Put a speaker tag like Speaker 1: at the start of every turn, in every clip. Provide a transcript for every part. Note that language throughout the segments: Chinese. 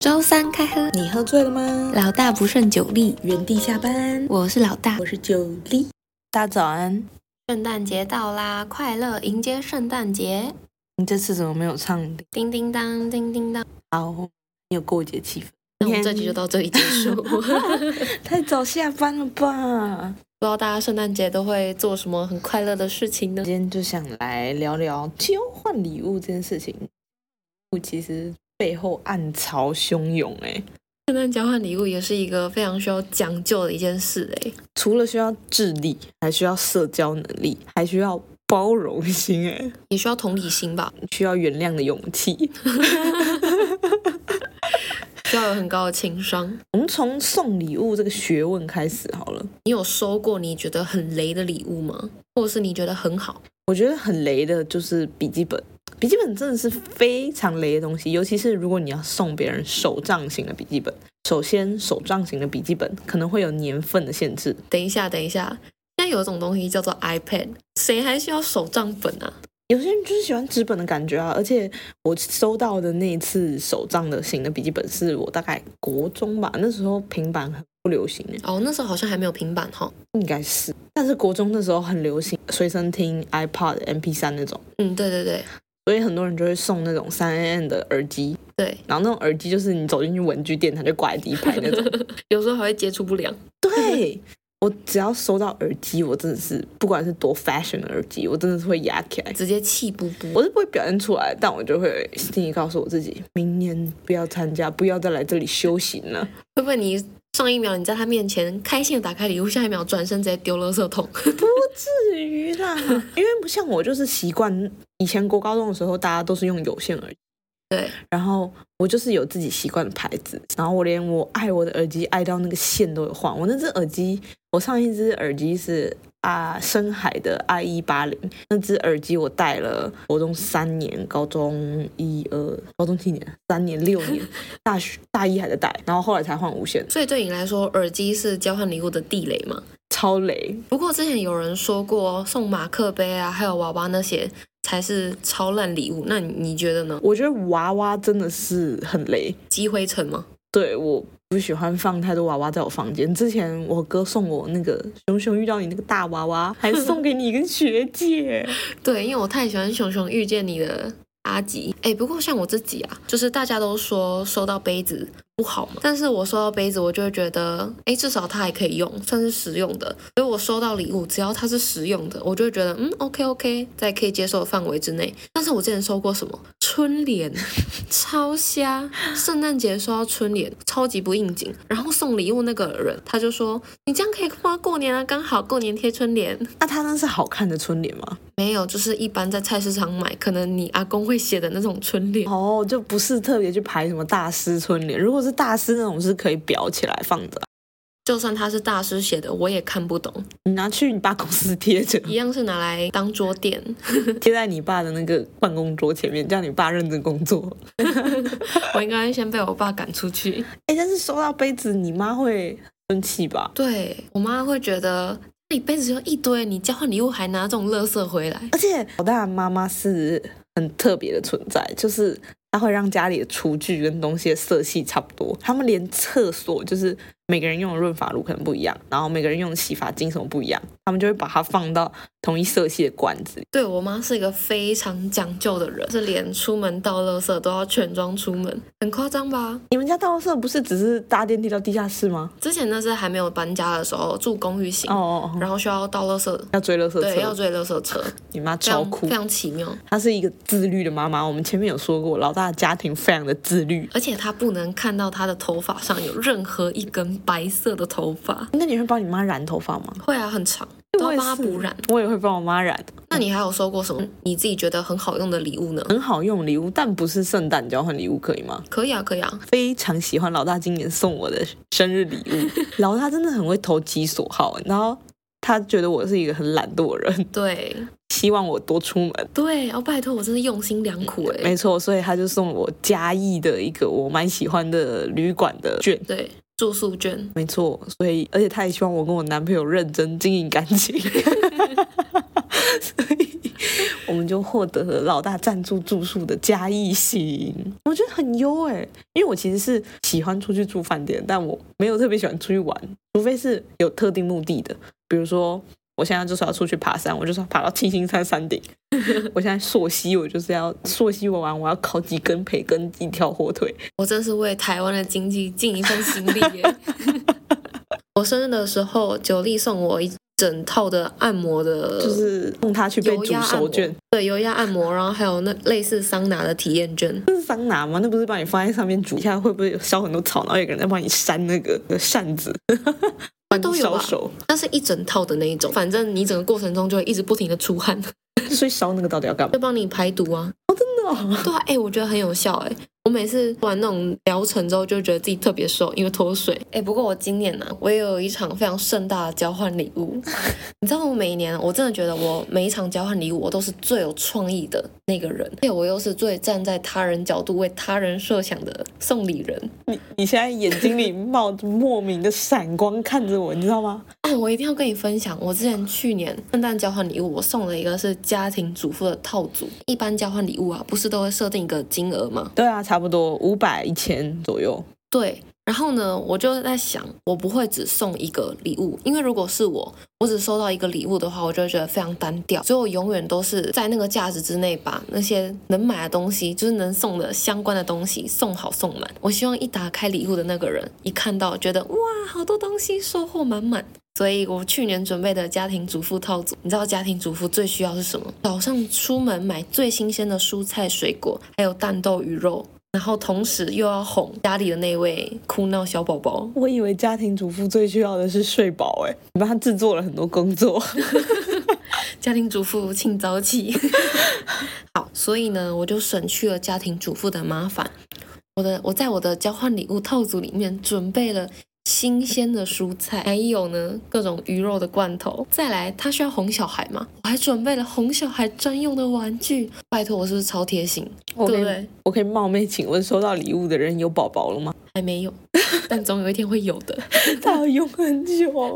Speaker 1: 周三开喝，
Speaker 2: 你喝醉了吗？
Speaker 1: 老大不胜酒力。
Speaker 2: 原地下班，
Speaker 1: 我是老大
Speaker 2: 我。是九力。大家早安，
Speaker 1: 圣诞节到啦，快乐迎接圣诞节！
Speaker 2: 你这次怎么没有唱的？
Speaker 1: 叮叮当，叮叮当。
Speaker 2: 好，没有过节气氛。
Speaker 1: 那我们这集就到这里结束。不知
Speaker 2: 太早下班了吧？
Speaker 1: 道大家圣诞节都会做什么很快乐的事情呢
Speaker 2: 今？天就想来聊聊交换礼物这件事情。我其实背后暗潮汹涌哎、
Speaker 1: 圣诞交换礼物也是一个非常需要讲究的一件事诶、
Speaker 2: 除了需要智力，还需要社交能力，还需要包容心哎、
Speaker 1: 也需要同理心吧，
Speaker 2: 需要原谅的勇气。
Speaker 1: 需要有很高的情商。
Speaker 2: 我们从送礼物这个学问开始好了。
Speaker 1: 你有收过你觉得很雷的礼物吗？或者是你觉得很好？
Speaker 2: 我觉得很雷的就是笔记本，笔记本真的是非常雷的东西，尤其是如果你要送别人手账型的笔记本。首先，手账型的笔记本可能会有年份的限制，
Speaker 1: 等一下，等一下，现在有一种东西叫做 iPad，谁还需要手账本啊？
Speaker 2: 有些人就是喜欢纸本的感觉啊。而且我收到的那一次手账的型的笔记本，是我大概国中吧，那时候平板很不流行诶，
Speaker 1: 哦，那时候好像还没有平板哈。
Speaker 2: 应该是，但是国中那时候很流行随身听、iPod、MP3 那种，
Speaker 1: 嗯，对对对
Speaker 2: 所以很多人就会送那种三 N 的耳机，
Speaker 1: 对，
Speaker 2: 然后那种耳机就是你走进去文具店，它就挂在第一排 那种。
Speaker 1: 有时候还会接触不良。
Speaker 2: 对，我只要收到耳机，我真的是不管是多 fashion 的耳机，我真的是会压起来。
Speaker 1: 直接气不不。
Speaker 2: 我是不会表现出来，但我就会心里告诉我自己，明年不要参加，不要再来这里修行了。
Speaker 1: 会不会你上一秒你在他面前开心的打开礼物，下一秒转身直接丢垃圾桶？
Speaker 2: 至于啦， 因为不像我，就是习惯以前国高中的时候，大家都是用有线耳机，
Speaker 1: 对，
Speaker 2: 然后我就是有自己习惯的牌子，然后我连我爱我的耳机爱到那个线都有换。我那只耳机，我上一只耳机是啊深海的 i 一八零，那只耳机我戴了国中三年，高中一二，高中七年，三年六年，大学大一还在戴，然后后来才换无线，
Speaker 1: 所以对你来说，耳机是交换礼物的地雷嘛？
Speaker 2: 超雷。
Speaker 1: 不过之前有人说过，送马克杯啊，还有娃娃那些才是超烂礼物。那你你觉得呢？
Speaker 2: 我觉得娃娃真的是很雷，
Speaker 1: 积灰尘吗？
Speaker 2: 对，我不喜欢放太多娃娃在我房间。之前我哥送我那个《熊熊遇到你》那个大娃娃，还送给你一个学姐。
Speaker 1: 对，因为我太喜欢《熊熊遇见你》的阿吉。哎，不过像我自己啊，就是大家都说收到杯子不好嘛，但是我收到杯子，我就会觉得，哎，至少它还可以用，算是实用的。所以我收到礼物，只要它是实用的，我就会觉得，嗯，OK OK，在可以接受的范围之内。但是我之前收过什么春联， 超瞎！圣诞节收到春联，超级不应景。然后送礼物那个人，他就说，你这样可以花过年啊，刚好过年贴春联。
Speaker 2: 那它那是好看的春联吗？
Speaker 1: 没有，就是一般在菜市场买，可能你阿公会写的那种春联。
Speaker 2: 哦，就不是特别去排什么大师春联。如果是大师那种，是可以裱起来放着，啊
Speaker 1: 就算他是大师写的，我也看不懂，
Speaker 2: 你拿去你爸公司贴着，
Speaker 1: 一样是拿来当桌垫。
Speaker 2: 贴在你爸的那个办公桌前面，叫你爸认真工作。
Speaker 1: 我应该先被我爸赶出去。
Speaker 2: 哎，但是收到杯子，你妈会生气吧？
Speaker 1: 对我妈会觉得你杯子就一堆，你交换礼物还拿这种垃圾回来。
Speaker 2: 而且老大的妈妈是很特别的存在，就是她会让家里的厨具跟东西的色系差不多。他们连厕所就是每个人用的润发乳可能不一样，然后每个人用的洗发精什么不一样，他们就会把它放到同一色系的罐子里。
Speaker 1: 对我妈是一个非常讲究的人，是连出门倒垃圾都要全装出门，很夸张吧？
Speaker 2: 你们家倒垃圾不是只是搭电梯到地下室吗？
Speaker 1: 之前那是还没有搬家的时候，住公寓型，
Speaker 2: 哦哦哦，
Speaker 1: 然后需要倒垃圾，
Speaker 2: 啊要追嗯垃圾
Speaker 1: 对，要
Speaker 2: 车，
Speaker 1: 追垃圾车，
Speaker 2: 你妈
Speaker 1: 非
Speaker 2: 超
Speaker 1: 常
Speaker 2: 酷
Speaker 1: 非。常奇妙。
Speaker 2: 她是一个自律的妈妈，我们前面有说过，老大的家庭非常的自律。
Speaker 1: 而且他不能看到他的头发上有任何一根白色的头发。
Speaker 2: 那你会帮你妈染头发吗？
Speaker 1: 会啊，很长，都要
Speaker 2: 我也
Speaker 1: 帮他
Speaker 2: 是
Speaker 1: 补染。，
Speaker 2: 我也会帮我妈染。
Speaker 1: 那你还有收过什么你自己觉得很好用的礼物呢？
Speaker 2: 很好用的礼物，但不是圣诞交换礼物，可以吗？
Speaker 1: 可以啊，可以啊。
Speaker 2: 非常喜欢老大今年送我的生日礼物，老大真的很会投其所好，然后他觉得我是一个很懒惰的人，
Speaker 1: 对
Speaker 2: 希望我多出门。
Speaker 1: 对，哦，拜托，我真是用心良苦哎、
Speaker 2: 没错，所以他就送我嘉义的一个我蛮喜欢的旅馆的券。
Speaker 1: 对，住宿券，
Speaker 2: 没错，所以而且他也希望我跟我男朋友认真经营感情，所以我们就获得了老大赞助住宿的嘉义行，我觉得很优哎、因为我其实是喜欢出去住饭店，但我没有特别喜欢出去玩，除非是有特定目的的，比如说我现在就是要出去爬山，我就是要爬到七星山山顶，我现在溯溪，我就是要溯溪我玩，我要烤几根培根，一条火腿，
Speaker 1: 我真是为台湾的经济尽一份心力 耶！我生日的时候，九力送我一整套的按摩的，
Speaker 2: 就是送他去被
Speaker 1: 油
Speaker 2: 煮
Speaker 1: 压按
Speaker 2: 手
Speaker 1: 摩
Speaker 2: 卷，，
Speaker 1: 对，油压按摩，然后还有那类似桑拿的体验券。
Speaker 2: 那是桑拿吗？那不是把你放在上面煮一下，会不会有烧很多草，然后有个人在帮你扇那个扇 子，帮
Speaker 1: 都
Speaker 2: 你
Speaker 1: 有吧
Speaker 2: 烧手？
Speaker 1: 那是一整套的那一种，反正你整个过程中就会一直不停的出汗，
Speaker 2: 所以烧那个到底要干嘛
Speaker 1: 就？帮你排毒啊。
Speaker 2: 真的哦、
Speaker 1: 对啊，哎、我觉得很有效哎、我每次做完那种疗程之后，就觉得自己特别瘦，因为脱水。哎、不过我今年呢、我也有一场非常盛大的交换礼 物。你知道我每一年，我真的觉得我每一场交换礼物，我都是最有创意的那个人，而且我又是最站在他人角度为他人设想的送礼人。
Speaker 2: 你你现在眼睛里冒着莫名的闪光看着我，你知道吗？
Speaker 1: 哦，我一定要跟你分享，我之前去年圣诞交换礼物，我送了一个是家庭主妇的套组。一般交换礼物啊，不是都会设定一个金额吗？
Speaker 2: 对啊，差不多五百一千左右。
Speaker 1: 对，然后呢，我就在想，我不会只送一个礼物，因为如果是我，我只收到一个礼物的话，我就会觉得非常单调，所以我永远都是在那个价值之内，把那些能买的东西，就是能送的相关的东西送好送满。我希望一打开礼物的那个人，一看到觉得哇，好多东西，收获满满。所以我去年准备的家庭主妇套组，你知道家庭主妇最需要是什么？早上出门买最新鲜的蔬菜、水果，还有蛋豆鱼肉，然后同时又要哄家里的那位哭闹小宝宝。
Speaker 2: 我以为家庭主妇最需要的是睡饱，哎，你帮他制作了很多工作。
Speaker 1: 家庭主妇请早起。好，所以呢，我就省去了家庭主妇的麻烦。我的我在我的交换礼物套组里面准备了新鲜的蔬菜，还有呢各种鱼肉的罐头。再来，他需要哄小孩嘛，我还准备了哄小孩专用的玩具。拜托，我是不是超贴心？
Speaker 2: 我可
Speaker 1: 对
Speaker 2: 以
Speaker 1: 不对？
Speaker 2: 我可以冒昧请问，收到礼物的人有宝宝了吗？
Speaker 1: 还没有，但总有一天会有的。
Speaker 2: 他要用很久啊！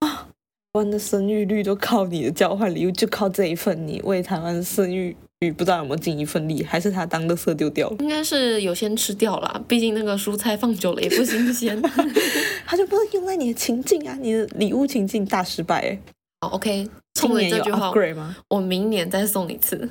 Speaker 2: 台湾的生育率都靠你的交换礼物，就靠这一份，你为台湾的生育率不知道有没有尽一份力，还是他当垃圾丢掉 了？
Speaker 1: 应该是有先吃掉啦，毕竟那个蔬菜放久了也不新鲜。
Speaker 2: 他就不能用在你的情境啊，你的礼物情境大失败、欸。
Speaker 1: 好，OK，
Speaker 2: 今
Speaker 1: 冲了
Speaker 2: 年
Speaker 1: 这
Speaker 2: 有
Speaker 1: 句话，
Speaker 2: upgrade 吗？
Speaker 1: 我明年再送一次。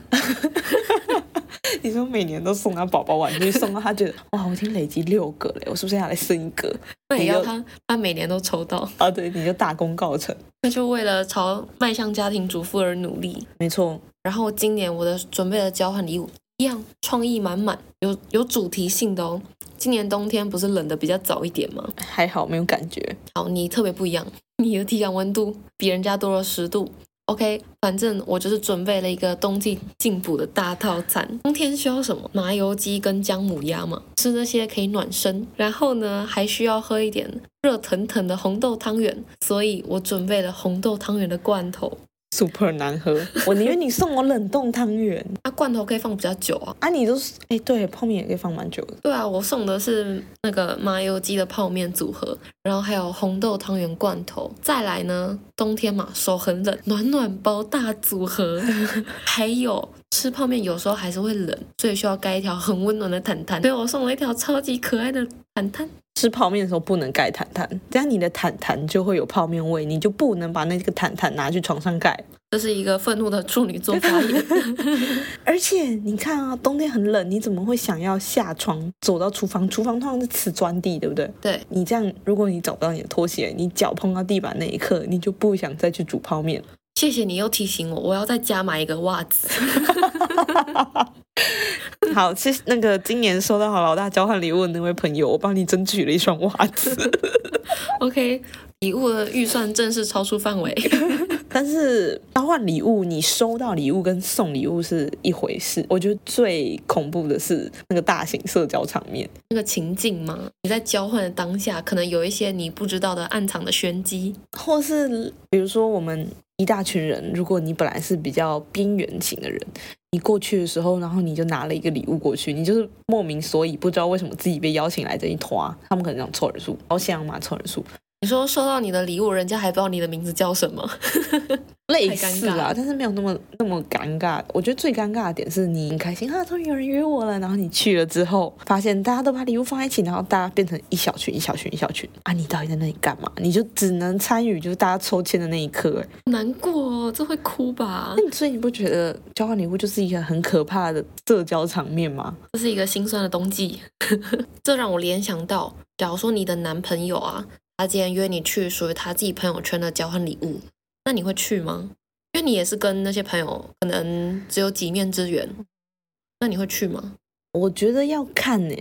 Speaker 2: 你说每年都送他宝宝玩具，送到他觉得哇，我已经累积六个嘞，我是不是要来生一个
Speaker 1: 那也要
Speaker 2: 你就
Speaker 1: 他，他每年都抽到，
Speaker 2: 啊？对，你就大功告成。
Speaker 1: 那就为了朝迈向家庭主妇而努力。
Speaker 2: 没错，
Speaker 1: 然后今年我的准备的交换礼物一样，创意满满，有有主题性的哦。今年冬天不是冷的比较早一点吗？
Speaker 2: 还好没有感觉。
Speaker 1: 好，哦你特别不一样，你的体感温度比人家多了十度。OK，反正我就是准备了一个冬季进补的大套餐。冬天需要什么？麻油鸡跟姜母鸭嘛，吃那些可以暖身。然后呢，还需要喝一点热腾腾的红豆汤圆，所以我准备了红豆汤圆的罐头。
Speaker 2: super 难喝，我宁愿你送我冷冻汤圆
Speaker 1: 啊，罐头可以放比较久啊。
Speaker 2: 啊！你都是哎，对，泡面也可以放蛮久的。
Speaker 1: 对啊，我送的是那个麻油鸡的泡面组合，然后还有红豆汤圆罐头。再来呢，冬天嘛，手很冷，暖暖包大组合， 还有吃泡面有时候还是会冷，所以需要盖一条很温暖的毯毯。所以我送了一条超级可爱的毯毯。
Speaker 2: 吃泡面的时候不能盖毯毯，这样你的毯毯就会有泡面味，你就不能把那个毯毯拿去床上盖。
Speaker 1: 这是一个愤怒的处女座发言。
Speaker 2: 而且你看啊，冬天很冷，你怎么会想要下床走到厨房？厨房通常是瓷砖地，对不对？
Speaker 1: 对，
Speaker 2: 你这样，如果你找不到你的拖鞋，你脚碰到地板那一刻，你就不想再去煮泡面了。
Speaker 1: 谢谢你又提醒我，我要再加买一个袜子。
Speaker 2: 好，谢谢那个今年收到好老大交换礼物的那位朋友，我帮你争取了一双袜子。
Speaker 1: OK，礼物的预算正式超出范围。
Speaker 2: 但是交换礼物，你收到礼物跟送礼物是一回事。我觉得最恐怖的是那个大型社交场面，
Speaker 1: 那个情境吗？你在交换的当下，可能有一些你不知道的暗藏的玄机。
Speaker 2: 或是比如说我们一大群人，如果你本来是比较边缘型的人，你过去的时候，然后你就拿了一个礼物过去，你就是莫名所以不知道为什么自己被邀请来这一团，他们可能想凑人数，包厢嘛凑人数。
Speaker 1: 你说收到你的礼物，人家还不知道你的名字叫什么，
Speaker 2: 类
Speaker 1: 太尴
Speaker 2: 似
Speaker 1: 尬
Speaker 2: 啦
Speaker 1: 了，
Speaker 2: 但是没有那么那么尴尬。我觉得最尴尬的点是你很开心啊，终于有人约我了，然后你去了之后，发现大家都把礼物放在一起，然后大家变成一小群一小群一小群啊，你到底在那里干嘛？你就只能参与就是大家抽签的那一刻、欸。
Speaker 1: 难过、哦，这会哭吧？
Speaker 2: 那你所以你不觉得交换礼物就是一个很可怕的社交场面吗？
Speaker 1: 这是一个心酸的冬季。 这让我联想到，假如说你的男朋友啊，他今天约你去属于他自己朋友圈的交换礼物，那你会去吗？因为你也是跟那些朋友可能只有几面之缘，那你会去吗？
Speaker 2: 我觉得要看呢、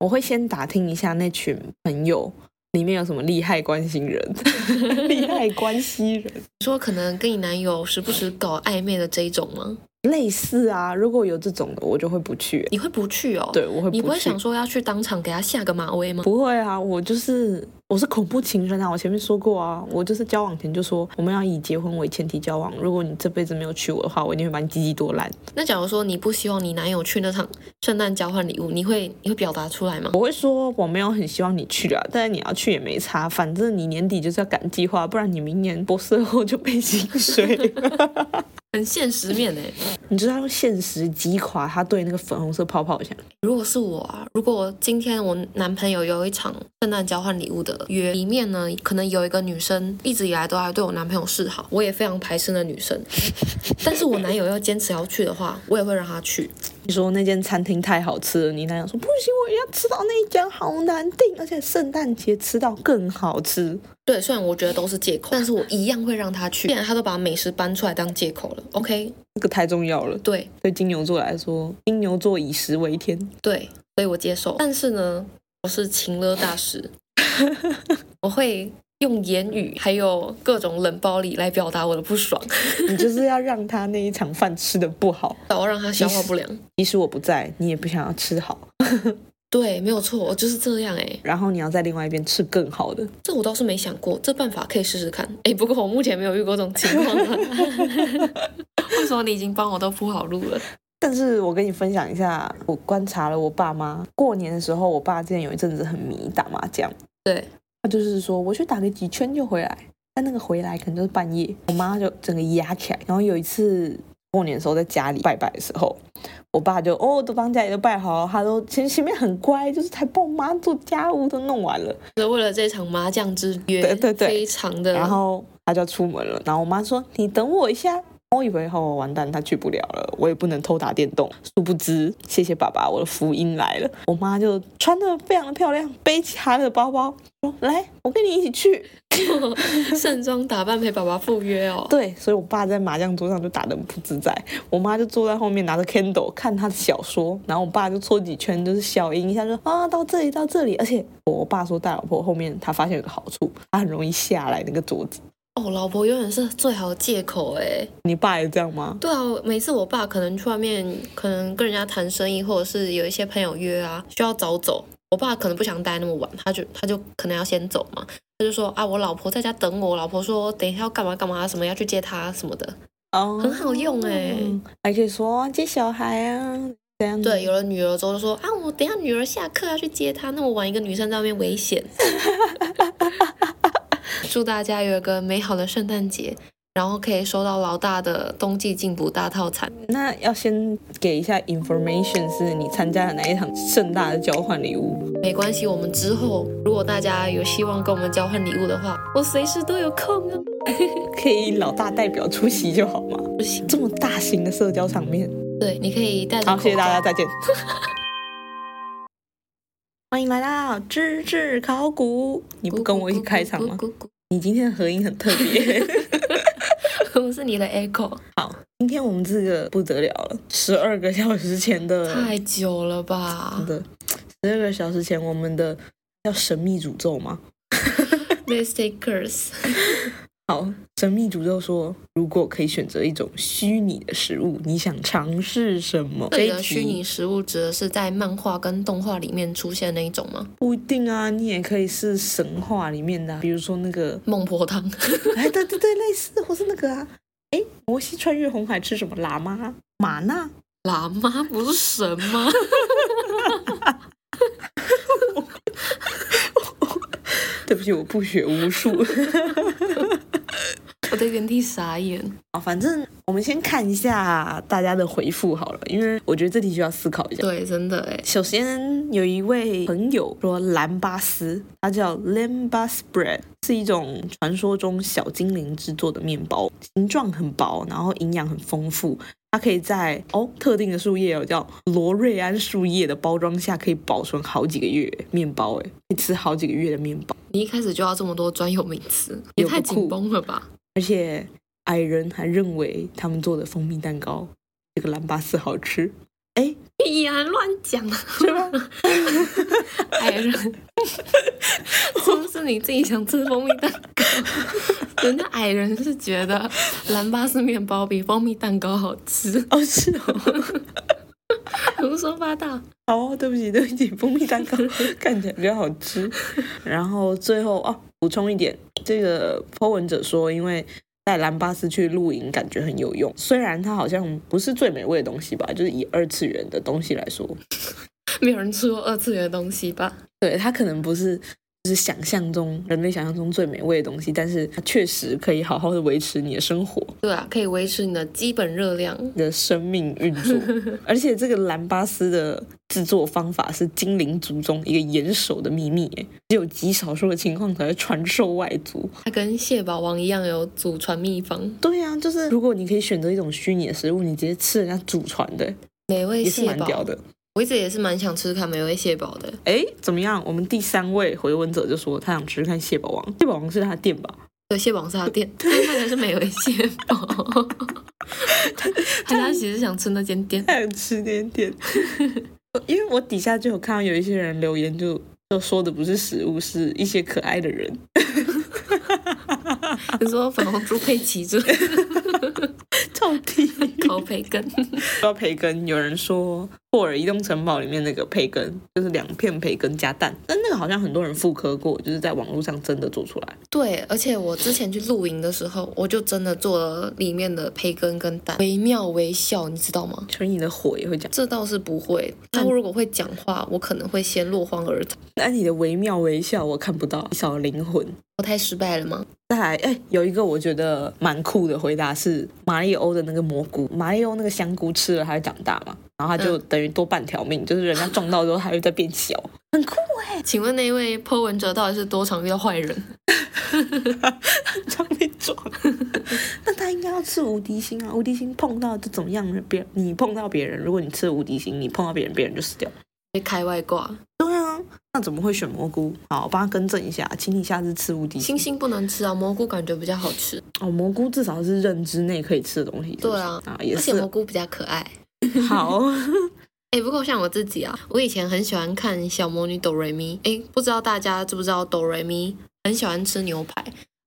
Speaker 2: 我会先打听一下那群朋友里面有什么利害关系人， 利害关系人。
Speaker 1: 你说可能跟你男友时不时搞暧昧的这一种吗？
Speaker 2: 类似啊，如果有这种的，我就会不去、欸
Speaker 1: 你会不去哦？
Speaker 2: 对，，我会不去。
Speaker 1: 你不会想说要去当场给他下个马威吗？
Speaker 2: 不会啊，我就是我是恐怖情人啊！我前面说过啊，我就是交往前就说我们要以结婚为前提交往。如果你这辈子没有娶我的话，我一定会把你鸡鸡剁烂。
Speaker 1: 那假如说你不希望你男友去那场圣诞交换礼物，你会你会表达出来吗？
Speaker 2: 我会说我没有很希望你去啊，但是你要去也没差，反正你年底就是要赶计划，不然你明年博士后就被薪水了。
Speaker 1: 很现实面哎、
Speaker 2: 你知道用现实击垮他对那个粉红色泡泡想。
Speaker 1: 如果是我啊，如果今天我男朋友有一场圣诞交换礼物的约，里面呢可能有一个女生一直以来都还对我男朋友示好，我也非常排斥那女生， 但是我男友要坚持要去的话，我也会让他去。
Speaker 2: 你说那间餐厅太好吃了，你男友说不行，我也要吃到那一家，好难订，而且圣诞节吃到更好吃。
Speaker 1: 对，虽然我觉得都是借口，但是我一样会让他去。既然他都把美食搬出来当借口了，OK，
Speaker 2: 这个太重要了。
Speaker 1: 对
Speaker 2: 对金牛座来说，金牛座以食为天。
Speaker 1: 对，所以我接受。但是呢，我是情勒大 师，我会用言语还有各种冷暴力来表达我的不爽，
Speaker 2: 你就是要让他那一场饭吃的不好，
Speaker 1: 然后让他消化不良。
Speaker 2: 即使我不在，你也不想要吃好，
Speaker 1: 对，没有错，我就是这样哎、
Speaker 2: 然后你要在另外一边吃更好的。
Speaker 1: 这我倒是没想过，这办法可以试试看。哎，不过我目前没有遇过这种情况 啊。为什么你已经帮我都铺好路了？
Speaker 2: 但是我跟你分享一下，我观察了我爸妈过年的时候，我爸之前有一阵子很迷打麻将，
Speaker 1: 对，
Speaker 2: 他就是说我去打个几圈就回来，但那个回来可能就是半夜，我妈就整个压起来。然后有一次过年的时候在家里拜拜的时候，我爸就哦都帮家里都拜好，他都前前面很乖，就是才帮我妈做家务都弄完了，
Speaker 1: 就是为了这场麻将之约，
Speaker 2: 对对对
Speaker 1: 非常的。
Speaker 2: 然后他就要出门了，然后我妈说你等我一下。我以为哦完蛋，他去不了了，我也不能偷打电动。殊不知，谢谢爸爸，我的福音来了。我妈就穿的非常的漂亮，背起她的包包，说来，我跟你一起去。
Speaker 1: 盛装打扮陪爸爸赴约哦。
Speaker 2: 对，所以我爸在麻将桌上就打得很不自在，我妈就坐在后面拿着 Kindle 看他的小说，然后我爸就搓几圈，就是小赢一下就，啊到这里到这里，而且我爸说带老婆后面，他发现有个好处，他很容易下来那个桌子。
Speaker 1: 哦，老婆永远是最好的借口哎。
Speaker 2: 你爸也这样吗？
Speaker 1: 对啊，每次我爸可能去外面，可能跟人家谈生意，或者是有一些朋友约啊，需要早走。我爸可能不想待那么晚，他就他就可能要先走嘛。他就说啊，我老婆在家等我，我老婆说等一下要干嘛干嘛，什么要去接她什么的。
Speaker 2: 哦，
Speaker 1: 很好用欸
Speaker 2: 还可以说接小孩啊，这样子
Speaker 1: 对，有了女儿之后就说啊，我等一下女儿下课要去接她，那么晚一个女生在外面危险。 祝大家有一个美好的圣诞节，然后可以收到老大的冬季进补大套餐。
Speaker 2: 那要先给一下 information，是你参加的哪一场盛大的交换礼物？
Speaker 1: 没关系，我们之后如果大家有希望跟我们交换礼物的话，我随时都有空啊。
Speaker 2: 可以老大代表出席就好吗？
Speaker 1: 不行，
Speaker 2: 这么大型的社交场面。
Speaker 1: 对，你可以带着
Speaker 2: 好，谢谢
Speaker 1: 口罩
Speaker 2: 大家，。再见。 欢迎来到芝芝考古。你不跟我一起开场吗？
Speaker 1: 咕咕咕咕
Speaker 2: 你今天的合音很特 别。
Speaker 1: 咕咕我是你的 echo，
Speaker 2: 今天我们这个不得了了，十二个小时前的，
Speaker 1: 太久了吧
Speaker 2: 真？的，十二个小时前我们的叫神秘诅咒吗？
Speaker 1: Mistake curse，
Speaker 2: 好，神秘诅咒说，如果可以选择一种虚拟的食物，你想尝试什么？
Speaker 1: 这里
Speaker 2: 一
Speaker 1: 的
Speaker 2: 集
Speaker 1: 虚拟食物指的是在漫画跟动画里面出现的那一种吗？
Speaker 2: 不一定啊，你也可以是神话里面的啊、比如说那个
Speaker 1: 孟婆汤，
Speaker 2: 哎，对对对，类似或是那个啊，哎，摩西穿越红海吃什么？喇嘛、玛纳，
Speaker 1: 喇嘛不是神吗？
Speaker 2: 对不起，我不学 无术。
Speaker 1: 我在原地傻眼。
Speaker 2: 好，反正我们先看一下大家的回复好了，因为我觉得这题需要思考一下。
Speaker 1: 对，真的哎，
Speaker 2: 首先有一位朋友说兰巴斯，它叫 Lambas Bread，是一种传说中小精灵制作的面包，形状很薄，然后营养很丰富。它可以在哦特定的树叶哦叫罗瑞安树叶的包装下可以保存好几个月面包，哎，可以吃好几个月的面包，
Speaker 1: 你一开始就要这么多专有名词，也
Speaker 2: 有不
Speaker 1: 太
Speaker 2: 酷
Speaker 1: 紧绷了吧？
Speaker 2: 而且矮人还认为他们做的蜂蜜蛋糕这个兰巴斯好吃，哎，
Speaker 1: 必然乱讲啊！
Speaker 2: 是吗？
Speaker 1: 矮人，是不是你自己想吃蜂蜜蛋糕？人家矮人是觉得兰巴斯面包比蜂蜜蛋糕好吃，
Speaker 2: 哦，是哦。
Speaker 1: 胡说八道。
Speaker 2: 哦，对不起，对不起，蜂蜜蛋糕看起来比较好吃。然后最后哦，补充一点，这个 Po 文者说，因为带兰巴斯去露营感觉很有用，虽然它好像不是最美味的东西吧，就是以二次元的东西来说，
Speaker 1: 没有人吃过二次元的东西吧？
Speaker 2: 对它可能不是就是想象中人类想象中最美味的东西，但是它确实可以好好的维持你的生活。
Speaker 1: 对啊，可以维持你的基本热量。
Speaker 2: 的生命运 作，而且这个兰巴斯的制作方法是精灵族中一个严守的秘密，哎只有极少数的情况才会传授外族。
Speaker 1: 它跟蟹堡王一样有祖传秘方，
Speaker 2: 对啊，就是如果你可以选择一种虚拟的食物，你直接吃人家祖传的，
Speaker 1: 美味
Speaker 2: 也是
Speaker 1: 蟹
Speaker 2: 蛮屌
Speaker 1: 堡。
Speaker 2: 的。
Speaker 1: 我一直也是蛮想吃看美味蟹堡的。
Speaker 2: 哎，怎么样？我们第三位回文者就说他想吃看蟹堡王，蟹堡王是他的店吧？
Speaker 1: 对，蟹堡是它的店，但那个是美味蟹 堡。还是他其实想吃那间店，
Speaker 2: 他想吃点点， 因为我底下就有看到有一些人留言就，就说的不是食物，是一些可爱的 人。
Speaker 1: 你说粉红猪佩奇 这
Speaker 2: 到底？
Speaker 1: 烤培根，
Speaker 2: 说到培根，有人说《霍尔移动城堡》里面那个培根就是两片培根加蛋，但那个好像很多人复刻过，就是在网络上真的做出来。
Speaker 1: 对，而且我之前去露营的时候，我就真的做了里面的培根跟蛋，惟妙惟肖，你知道吗？
Speaker 2: 所以你的火也会讲，
Speaker 1: 这倒是不会，
Speaker 2: 嗯
Speaker 1: 但我如果会讲话，我可能会先落荒而逃。
Speaker 2: 那你的惟妙惟肖我看不到，你少了灵魂。
Speaker 1: 我太失败了吗？
Speaker 2: 再来，哎、有一个我觉得蛮酷的回答是马里欧的那个蘑菇，马里欧那个香菇吃了它会长大嘛，然后它就等于多半条命，就是人家撞到之后它就在变小，很酷哎、
Speaker 1: 请问那位 Po 文者到底是多常遇到坏人？
Speaker 2: 常被 撞。那他应该要吃无敌星啊！无敌星碰到就怎么样呢？别你碰到别人，如果你吃了无敌星，你碰到别人，别人就死掉。
Speaker 1: 被开外挂，
Speaker 2: 对啊，那怎么会选蘑菇？好，我帮他更正一下，请你下次吃无敌
Speaker 1: 星
Speaker 2: 星。
Speaker 1: 星不能吃啊，蘑菇感觉比较好吃，
Speaker 2: 哦，蘑菇至少是认知内可以吃的东西。是不是
Speaker 1: 对啊
Speaker 2: 啊也
Speaker 1: 而且蘑
Speaker 2: 是
Speaker 1: 菇比较可爱。
Speaker 2: 好。
Speaker 1: 哎、不过像我自己啊，我以前很喜欢看《小魔女哆瑞咪》。哎，不知道大家知不知道哆瑞咪很喜欢吃牛排，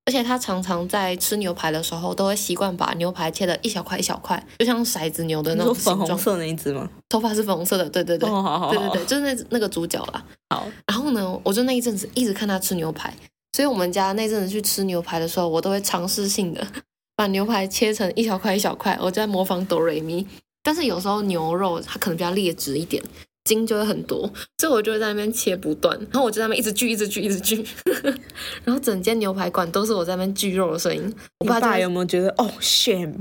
Speaker 1: 而且她常常在吃牛排的时候，都会习惯把牛排切的一小块一小块，就像骰子牛的
Speaker 2: 你
Speaker 1: 那
Speaker 2: 说
Speaker 1: 种
Speaker 2: 粉
Speaker 1: 形
Speaker 2: 红
Speaker 1: 状。
Speaker 2: 色那一只吗？
Speaker 1: 头发是粉红色的，对对对，
Speaker 2: 哦，好好好，
Speaker 1: 对对对，就是那那个主角啦。
Speaker 2: 好。
Speaker 1: 然后呢，我就那一阵子一直看他吃牛排，所以我们家那阵子去吃牛排的时候，我都会尝试性的 把牛排切成一小块一小块，我就在模仿哆瑞咪。但是有时候牛肉它可能比较劣质一点，筋就会很多，所以我就会在那边切不断，然后我就在那边一直锯，一直锯，一直锯， 然后整间牛排馆都是我在那边锯肉的声音。我
Speaker 2: 你
Speaker 1: 爸就
Speaker 2: 爸
Speaker 1: 会
Speaker 2: 有没有觉得哦，shame？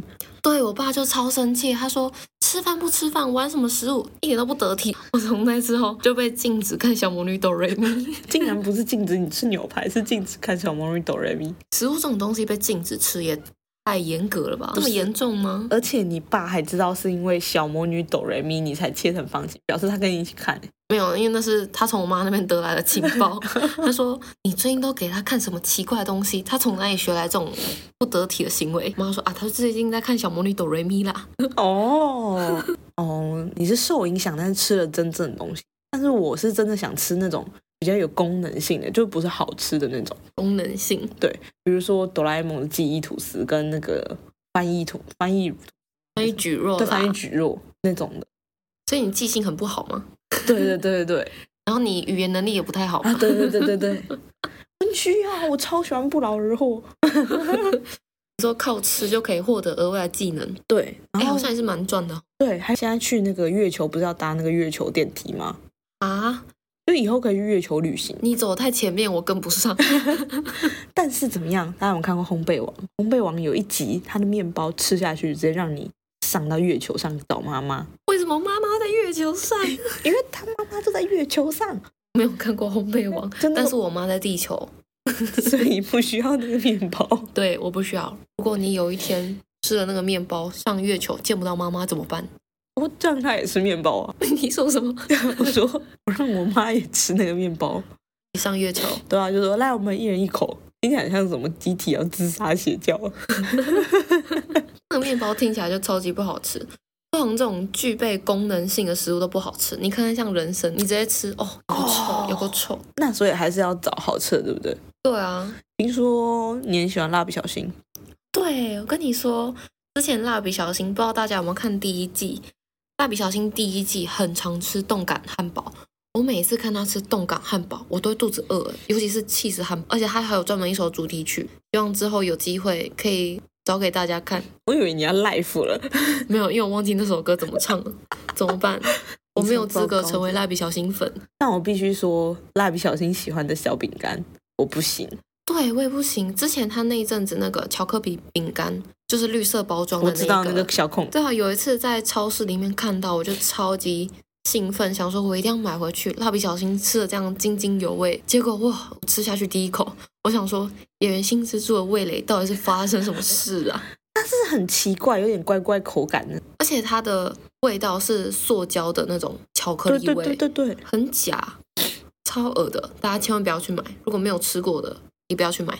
Speaker 1: 对我爸就超生气，他说吃饭不吃饭，玩什么食物，一点都不得体。 我从那之后就被禁止看小魔女哆瑞咪，
Speaker 2: 竟然不是禁止你吃牛排，是禁止看小魔女哆瑞咪。
Speaker 1: 食物这种东西被禁止吃也太严格了吧？
Speaker 2: 不
Speaker 1: 这
Speaker 2: 是
Speaker 1: 么严重吗？
Speaker 2: 而且你爸还知道是因为小魔女哆瑞咪你才切成方形，表示他跟你一起看。
Speaker 1: 没有，因为那是他从我妈那边得来的情 报。他说你最近都给他看什么奇怪的东西？他从哪里学来这种不得体的行为？我妈说啊，他最近在看小魔女哆瑞咪啦。
Speaker 2: 哦哦，你是受影响，但是吃了真正的东西。但是我是真的想吃那种比较有功能性的，就不是好吃的那种。
Speaker 1: 功能性
Speaker 2: 比如说哆啦 A 梦的记忆吐司跟那个翻译吐翻译
Speaker 1: 关于举弱
Speaker 2: 对翻译
Speaker 1: 啦，
Speaker 2: 蒟蒻那种的。
Speaker 1: 所以你记性很不好吗？
Speaker 2: 对对对对对
Speaker 1: 然后你语言能力也不太好吗
Speaker 2: 啊！对对对对对，很需要，我超喜欢不劳而获。
Speaker 1: 你说靠吃就可以获得额外的技能，
Speaker 2: 对，
Speaker 1: 哎、
Speaker 2: 然后
Speaker 1: 好像也是蛮赚的哦
Speaker 2: 对，还现在去那个月球不是要搭那个月球电梯吗？
Speaker 1: 啊！
Speaker 2: 就以后可以去月球旅行。
Speaker 1: 你走得太前面，我跟不上。
Speaker 2: 但是怎么样？大家有没有看过《烘焙王》？《烘焙王》有一集，他的面包吃下去，直接让你上到月球上找妈妈，
Speaker 1: 为什么妈妈在月球上？
Speaker 2: 因为他妈妈就在月球上，
Speaker 1: 没有看过《烘焙王》
Speaker 2: 真的
Speaker 1: 但是我妈在地球。
Speaker 2: 所以不需要那个面包。
Speaker 1: 对，我不需要。如果你有一天吃了那个面包上月球见不到妈妈怎么办？
Speaker 2: 我让他也吃面包啊！
Speaker 1: 你说什么？
Speaker 2: 我说我让我妈也吃那个面包，
Speaker 1: 你上月球，
Speaker 2: 对啊，就说来我们一人一口，听起来像什么集体要自杀邪教。啊
Speaker 1: 那个面包听起来就超级不好吃。通常这种具备功能性的食物都不好吃。你看看像人参，你直接吃哦，有够
Speaker 2: 哦
Speaker 1: 臭，有够臭。
Speaker 2: 那所以还是要找好吃的，对不对？
Speaker 1: 对啊，
Speaker 2: 听说你很喜欢蜡笔小新，
Speaker 1: 对我跟你说，之前蜡笔小新不知道大家有没有看第一季？蜡笔小新第一季很常吃冻感汉堡。我每次看他吃冻感汉堡，我都会肚子饿，欸尤其是气死汉堡，而且他还有专门一首主题曲。希望之后有机会可以找给大家看。
Speaker 2: 我以为你要 life 了。
Speaker 1: 没有，因为我忘记那首歌怎么唱了，怎么办？我没有资格成为蜡笔小新粉。
Speaker 2: 但我必须说，蜡笔小新喜欢的小饼干我不行，
Speaker 1: 对，我也不行。之前他那一阵子那个巧克力饼干，就是绿色包装的
Speaker 2: 我
Speaker 1: 那一
Speaker 2: 知道那个小孔，
Speaker 1: 对啊，有一次在超市里面看到，我就超级兴奋，想说我一定要买回去。蜡笔小新吃的这样津津有味，结果哇，我吃下去第一口，我想说演员新之助的味蕾到底是发生什么事啊？
Speaker 2: 但是很奇怪，有点怪怪口感的。
Speaker 1: 而且它的味道是塑胶的那种巧克
Speaker 2: 对
Speaker 1: 力
Speaker 2: 对
Speaker 1: 味，
Speaker 2: 对 对对，
Speaker 1: 很假，超恶的，大家千万不要去买。如果没有吃过的，也不要去买。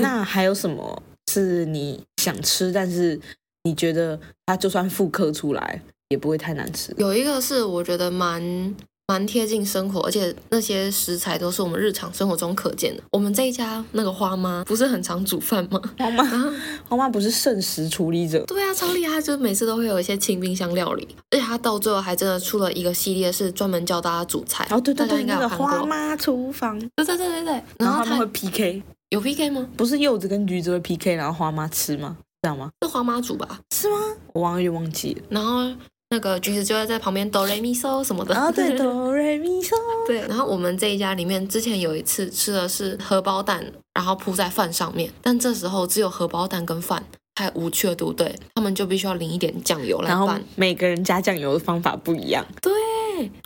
Speaker 2: 那还有什么是你想吃，但是你觉得它就算复刻出来也不会太难吃？
Speaker 1: 有一个是我觉得蛮蛮贴近生活，而且那些食材都是我们日常生活中可见的。我们这一家那个花妈不是很常煮饭 吗？
Speaker 2: 妈妈，
Speaker 1: 啊
Speaker 2: 妈妈不是圣食处理者，
Speaker 1: 对啊，超厉害，就是每次都会有一些清冰箱料理，而且她到最后还真的出了一个系列，是专门教大家煮菜。
Speaker 2: 哦，对
Speaker 1: 大
Speaker 2: 对
Speaker 1: 家
Speaker 2: 对，
Speaker 1: 应该
Speaker 2: 那
Speaker 1: 有
Speaker 2: 个
Speaker 1: 看
Speaker 2: 花
Speaker 1: 过。
Speaker 2: 妈厨房，
Speaker 1: 对对对对对，
Speaker 2: 然
Speaker 1: 然
Speaker 2: 后
Speaker 1: 后
Speaker 2: 他们
Speaker 1: 她
Speaker 2: 会 PK，
Speaker 1: 有 PK 吗？
Speaker 2: 不是柚子跟橘子会 PK，然后花妈吃吗？这样吗？
Speaker 1: 是花妈煮吧？
Speaker 2: 是吗？我忘了，忘记 了。
Speaker 1: 然后那个橘子就会在旁边哆来咪嗦什么的。
Speaker 2: 啊， 对，哆瑞咪嗦，
Speaker 1: 对，然后我们这一家里面之前有一次吃的是荷包蛋，然后铺在饭上面，但这时候只有荷包蛋跟饭，太无趣了，对不对？他们就必须要淋一点酱油来
Speaker 2: 然后
Speaker 1: 拌。
Speaker 2: 每个人加酱油的方法不一样。
Speaker 1: 对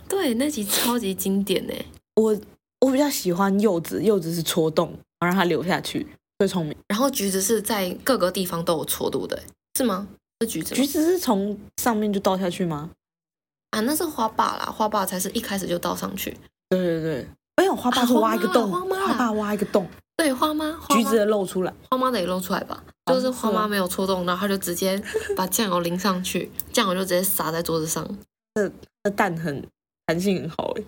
Speaker 1: 对，那集超级经典欸呢。
Speaker 2: 我我比较喜欢柚子，柚子是戳洞，然后让它流下去，最聪明。
Speaker 1: 然后橘子是在各个地方都有戳，对不对？是吗？是橘子吗
Speaker 2: 橘子是从上面就倒下去吗？
Speaker 1: 啊，那是花爸啦，花爸才是一开始就倒上去。
Speaker 2: 对对对，哎呦，花
Speaker 1: 啊
Speaker 2: 爸是挖一个洞，
Speaker 1: 花妈花妈
Speaker 2: 花爸挖一个洞，
Speaker 1: 对，花妈，花妈
Speaker 2: 橘子的露出来。
Speaker 1: 花妈的也露出来吧，
Speaker 2: 哦
Speaker 1: 就是花
Speaker 2: 是
Speaker 1: 妈
Speaker 2: 吗
Speaker 1: 没有戳中，然后她就直接把酱油淋上去，酱油就直接洒在桌子上。
Speaker 2: 那蛋很弹性很好哎，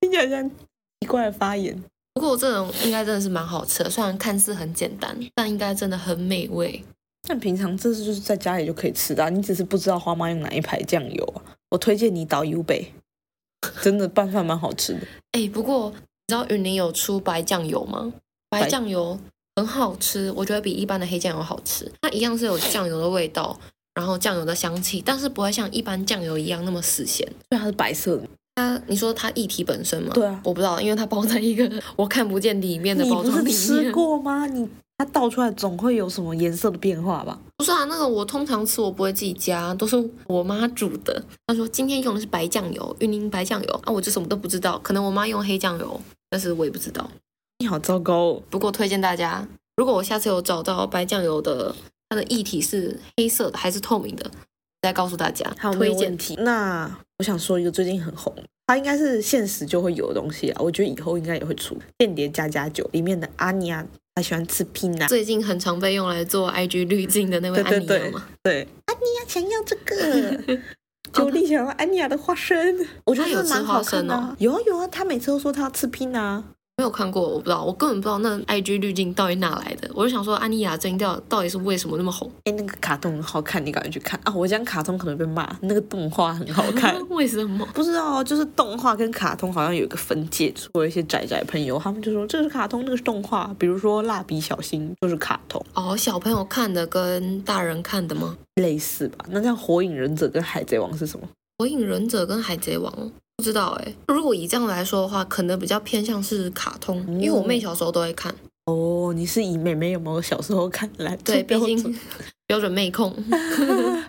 Speaker 2: 听起来像奇怪的发言。
Speaker 1: 不过这种应该真的是蛮好吃的，虽然看似很简单，但应该真的很美味。
Speaker 2: 但平常这是就是在家里就可以吃的啊、你只是不知道花妈用哪一排酱油啊。我推荐你倒 U 北，真的拌饭蛮好吃的。
Speaker 1: 哎，不过你知道云林有出白酱油吗？白酱油很好吃，我觉得比一般的黑酱油好吃。它一样是有酱油的味道，然后酱油的香气，但是不会像一般酱油一样那么死咸。
Speaker 2: 对，啊它是白色的。
Speaker 1: 它，你说它液体本身吗？
Speaker 2: 对啊
Speaker 1: 我不知道，因为它包在一个 我看不见里面的
Speaker 2: 你
Speaker 1: 包
Speaker 2: 不
Speaker 1: 装
Speaker 2: 是
Speaker 1: 里面。
Speaker 2: 吃过 吗？你它倒出来总会有什么颜色的变化吧？
Speaker 1: 不是啊，那个我通常吃我不会自己加，都是我妈煮的。她说今天用的是白酱油，云林白酱油啊，我就什么都不知道，可能我妈用黑酱油，但是我也不知道。
Speaker 2: 你好糟糕哦！
Speaker 1: 不过推荐大家，如果我下次有找到白酱油的，它的液体是黑色的还是透明的，再告诉大家。推荐
Speaker 2: 题。那我想说一个最近很红，它应该是现实就会有的东西啊。我觉得以后应该也会出《间谍加加酒》里面的阿尼亚，她喜欢吃皮奶。
Speaker 1: 最近很常被用来做 IG 滤镜的那位
Speaker 2: 对
Speaker 1: 安
Speaker 2: 对
Speaker 1: 妮
Speaker 2: 对
Speaker 1: 亚嘛，
Speaker 2: 对，安妮亚想要这 个，九莉想要安妮亚的花生，我觉得
Speaker 1: 她有
Speaker 2: 这个蛮
Speaker 1: 吃
Speaker 2: 好
Speaker 1: 花生
Speaker 2: 看的啊。有啊有啊，她每次都说她要吃皮奶。
Speaker 1: 没有看过，我不知道，我根本不知道那 IG 滤镜到底哪来的。我就想说，安妮亚最近到到底是为什么那么红？
Speaker 2: 哎，那个卡通很好看，你赶快去看啊！我讲卡通可能被骂，那个动画很好看。
Speaker 1: 为什么？
Speaker 2: 不知道，就是动画跟卡通好像有一个分界，我有一些宅宅朋友，他们就说这是卡通，那个是动画。比如说《蜡笔小新》就是卡通，
Speaker 1: 哦，小朋友看的跟大人看的吗？
Speaker 2: 类似吧？那像《火影忍者》跟《海贼王》是什么？
Speaker 1: 火影忍者跟海贼王不知道哎、如果以这样来说的话，可能比较偏向是卡通，
Speaker 2: 嗯
Speaker 1: 因为我妹小时候都会看。
Speaker 2: 哦，你是以妹妹有没有小时候看来做
Speaker 1: 对，毕
Speaker 2: 标准
Speaker 1: 竟 标准妹控。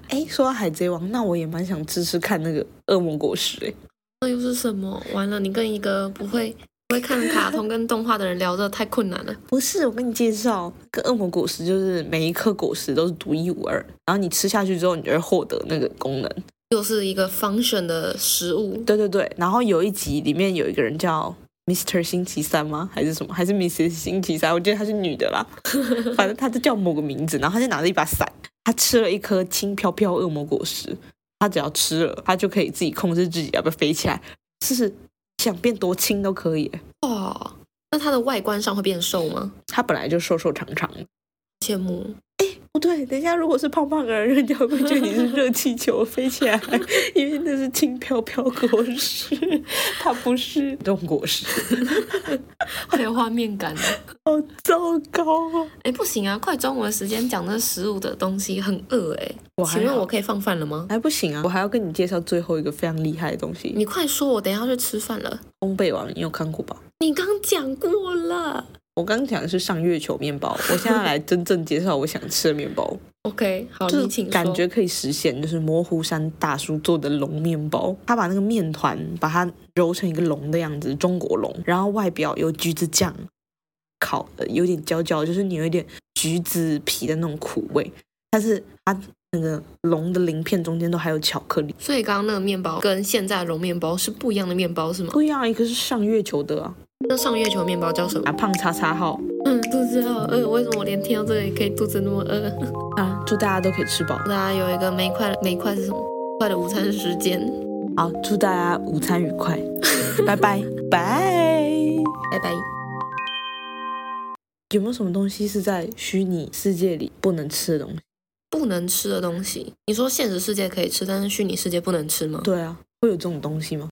Speaker 2: 哎，说到海贼王，那我也蛮想吃吃看那个恶魔果实哎。
Speaker 1: 那又是什么？完了，你跟一个不会不会看卡通跟动画的人聊这太困难了。
Speaker 2: 不是，我跟你介绍，那个恶魔果实就是每一颗果实都是独一无二，然后你吃下去之后，你就会获得那个功能。
Speaker 1: 又是一个 function 的食物，
Speaker 2: 对对对，然后有一集里面有一个人叫 Mr 星期三吗？还是什么？还是 Mrs 星期三？我记得她是女的啦， 反正她就叫某个名字，然后她就拿着一把伞，她吃了一颗轻飘飘恶魔果实，她只要吃了，她就可以自己控制自己要不要飞起来，就是想变多轻都可以。
Speaker 1: 哇！那它的外观上会变瘦吗？
Speaker 2: 她本来就瘦瘦长长的。
Speaker 1: 羡慕。
Speaker 2: 不对，等一下，如果是胖胖的人，人家会觉得你是热气球飞起来， 因为那是轻飘飘果实，它不是动果实，
Speaker 1: 会有画面感的。
Speaker 2: 好糟糕啊！
Speaker 1: 哎，不行啊，快中午的时间讲那食物的东西，很饿哎、
Speaker 2: 我还
Speaker 1: 请问
Speaker 2: 好
Speaker 1: 我可以放饭了吗？
Speaker 2: 还不行啊，我还要跟你介绍最后一个非常厉害的东西
Speaker 1: 你快说，我等一下要去吃饭了。
Speaker 2: ——烘焙王，你有看过吧？
Speaker 1: 你刚讲过了。
Speaker 2: 我刚讲的是上月球面包， 我现在来真正介绍我想吃的面包，
Speaker 1: OK，好，
Speaker 2: 就
Speaker 1: 你
Speaker 2: 是
Speaker 1: 请说
Speaker 2: 感觉可以实现，就是模糊山大叔做的龙面包，他把那个面团把它揉成一个龙的样子，中国龙，然后外表有橘子酱烤的，有点焦焦，就是你有一点橘子皮的那种苦味，但是它那个龙的鳞片中间都还有巧克力，
Speaker 1: 所以刚刚那个面包跟现在的揉面包是不一样的面包是吗？
Speaker 2: 不一样啊，一个是上月球的啊，
Speaker 1: 那上月球面包叫什么
Speaker 2: 啊？胖叉叉号
Speaker 1: 嗯，肚子好饿，为什么我连听到这里可以肚子那么饿？
Speaker 2: 啊，祝大家都可以吃饱，
Speaker 1: 大家有一个没快没快是什么？快的午餐时间，
Speaker 2: 好，祝大家午餐愉快，拜拜拜。
Speaker 1: 拜拜。
Speaker 2: 有没有什么东西是在虚拟世界里不能吃的东西？
Speaker 1: 不能吃的东西，你说现实世界可以吃，但是虚拟世界不能吃吗？
Speaker 2: 对啊，会有这种东西吗？